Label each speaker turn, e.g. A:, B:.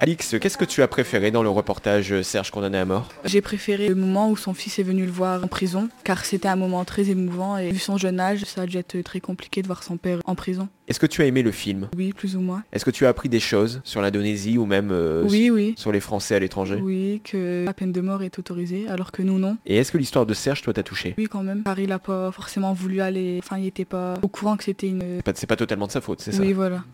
A: Alix, qu'est-ce que tu as préféré dans le reportage euh, Serge condamné à mort
B: J'ai préféré le moment où son fils est venu le voir en prison, car c'était un moment très émouvant et vu son jeune âge, ça a dû être très compliqué de voir son père en prison.
A: Est-ce que tu as aimé le film
B: Oui, plus ou moins.
A: Est-ce que tu as appris des choses sur l'Indonésie ou même euh,
B: Oui, oui.
A: sur les Français à l'étranger
B: Oui, que la peine de mort est autorisée, alors que nous, non.
A: Et est-ce que l'histoire de Serge, toi, t'a touché
B: Oui, quand même, car il n'a pas forcément voulu aller. Enfin, il n'était pas au courant que c'était une.
A: C'est pas- C'est pas totalement de sa faute, c'est ça
B: Oui, voilà.